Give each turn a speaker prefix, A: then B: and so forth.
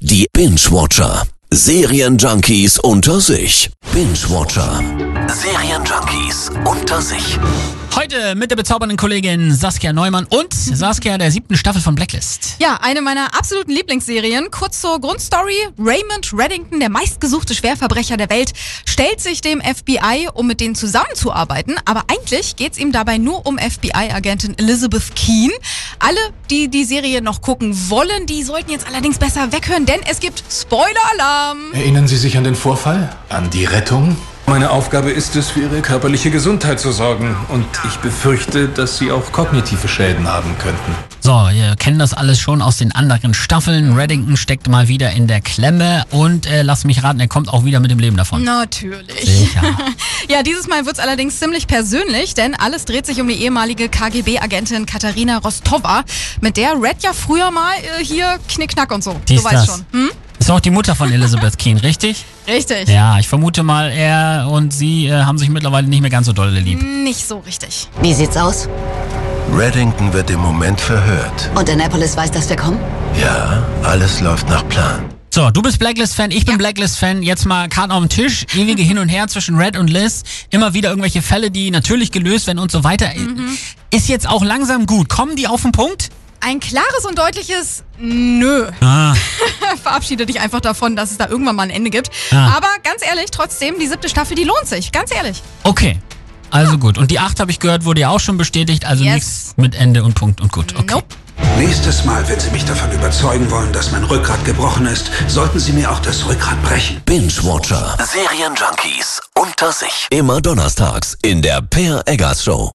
A: Die Binge-Watcher. Serienjunkies unter sich. Binge-Watcher. Serienjunkies unter sich.
B: Heute mit der bezaubernden Kollegin Saskia Neumann und Saskia der siebten Staffel von Blacklist.
C: Ja, eine meiner absoluten Lieblingsserien. Kurz zur Grundstory. Raymond Reddington, der meistgesuchte Schwerverbrecher der Welt, stellt sich dem FBI, um mit denen zusammenzuarbeiten. Aber eigentlich geht's ihm dabei nur um FBI-Agentin Elizabeth Keane. Alle, die die Serie noch gucken wollen, die sollten jetzt allerdings besser weghören, denn es gibt Spoiler-Alarm.
D: Erinnern Sie sich an den Vorfall? An die Rettung? Meine Aufgabe ist es, für Ihre körperliche Gesundheit zu sorgen. Und ich befürchte, dass Sie auch kognitive Schäden haben könnten.
B: So, ihr kennt das alles schon aus den anderen Staffeln. Reddington steckt mal wieder in der Klemme und äh, lasst mich raten, er kommt auch wieder mit dem Leben davon.
C: Natürlich.
B: Sicher.
C: Ja, dieses Mal wird's allerdings ziemlich persönlich, denn alles dreht sich um die ehemalige KGB-Agentin Katharina Rostova, mit der Red ja früher mal äh, hier Knickknack und so.
B: Die
C: du
B: ist
C: weißt
B: das.
C: schon. Hm?
B: Ist auch die Mutter von Elizabeth Keane, richtig?
C: Richtig.
B: Ja, ich vermute mal, er und sie äh, haben sich mittlerweile nicht mehr ganz so dolle lieb.
C: Nicht so richtig.
E: Wie sieht's aus?
F: Reddington wird im Moment verhört.
E: Und Annapolis weiß, dass wir kommen?
F: Ja, alles läuft nach Plan.
B: So, du bist Blacklist-Fan, ich bin Blacklist-Fan. Jetzt mal Karten auf den Tisch, ewige Hin und Her zwischen Red und Liz. Immer wieder irgendwelche Fälle, die natürlich gelöst werden und so weiter.
C: Mhm.
B: Ist jetzt auch langsam gut. Kommen die auf den Punkt?
C: Ein klares und deutliches Nö.
B: Ah.
C: Verabschiede dich einfach davon, dass es da irgendwann mal ein Ende gibt.
B: Ah.
C: Aber ganz ehrlich, trotzdem, die siebte Staffel, die lohnt sich. Ganz ehrlich.
B: Okay. Also gut. Und die 8 habe ich gehört, wurde ja auch schon bestätigt. Also
C: Yes.
B: nichts mit Ende und Punkt und gut. Okay.
C: Nope.
G: Nächstes Mal, wenn Sie mich davon überzeugen wollen, dass mein Rückgrat gebrochen ist, sollten Sie mir auch das Rückgrat brechen.
A: Binge-Watcher.
F: Serienjunkies unter sich.
A: Immer donnerstags in der Per Eggers Show.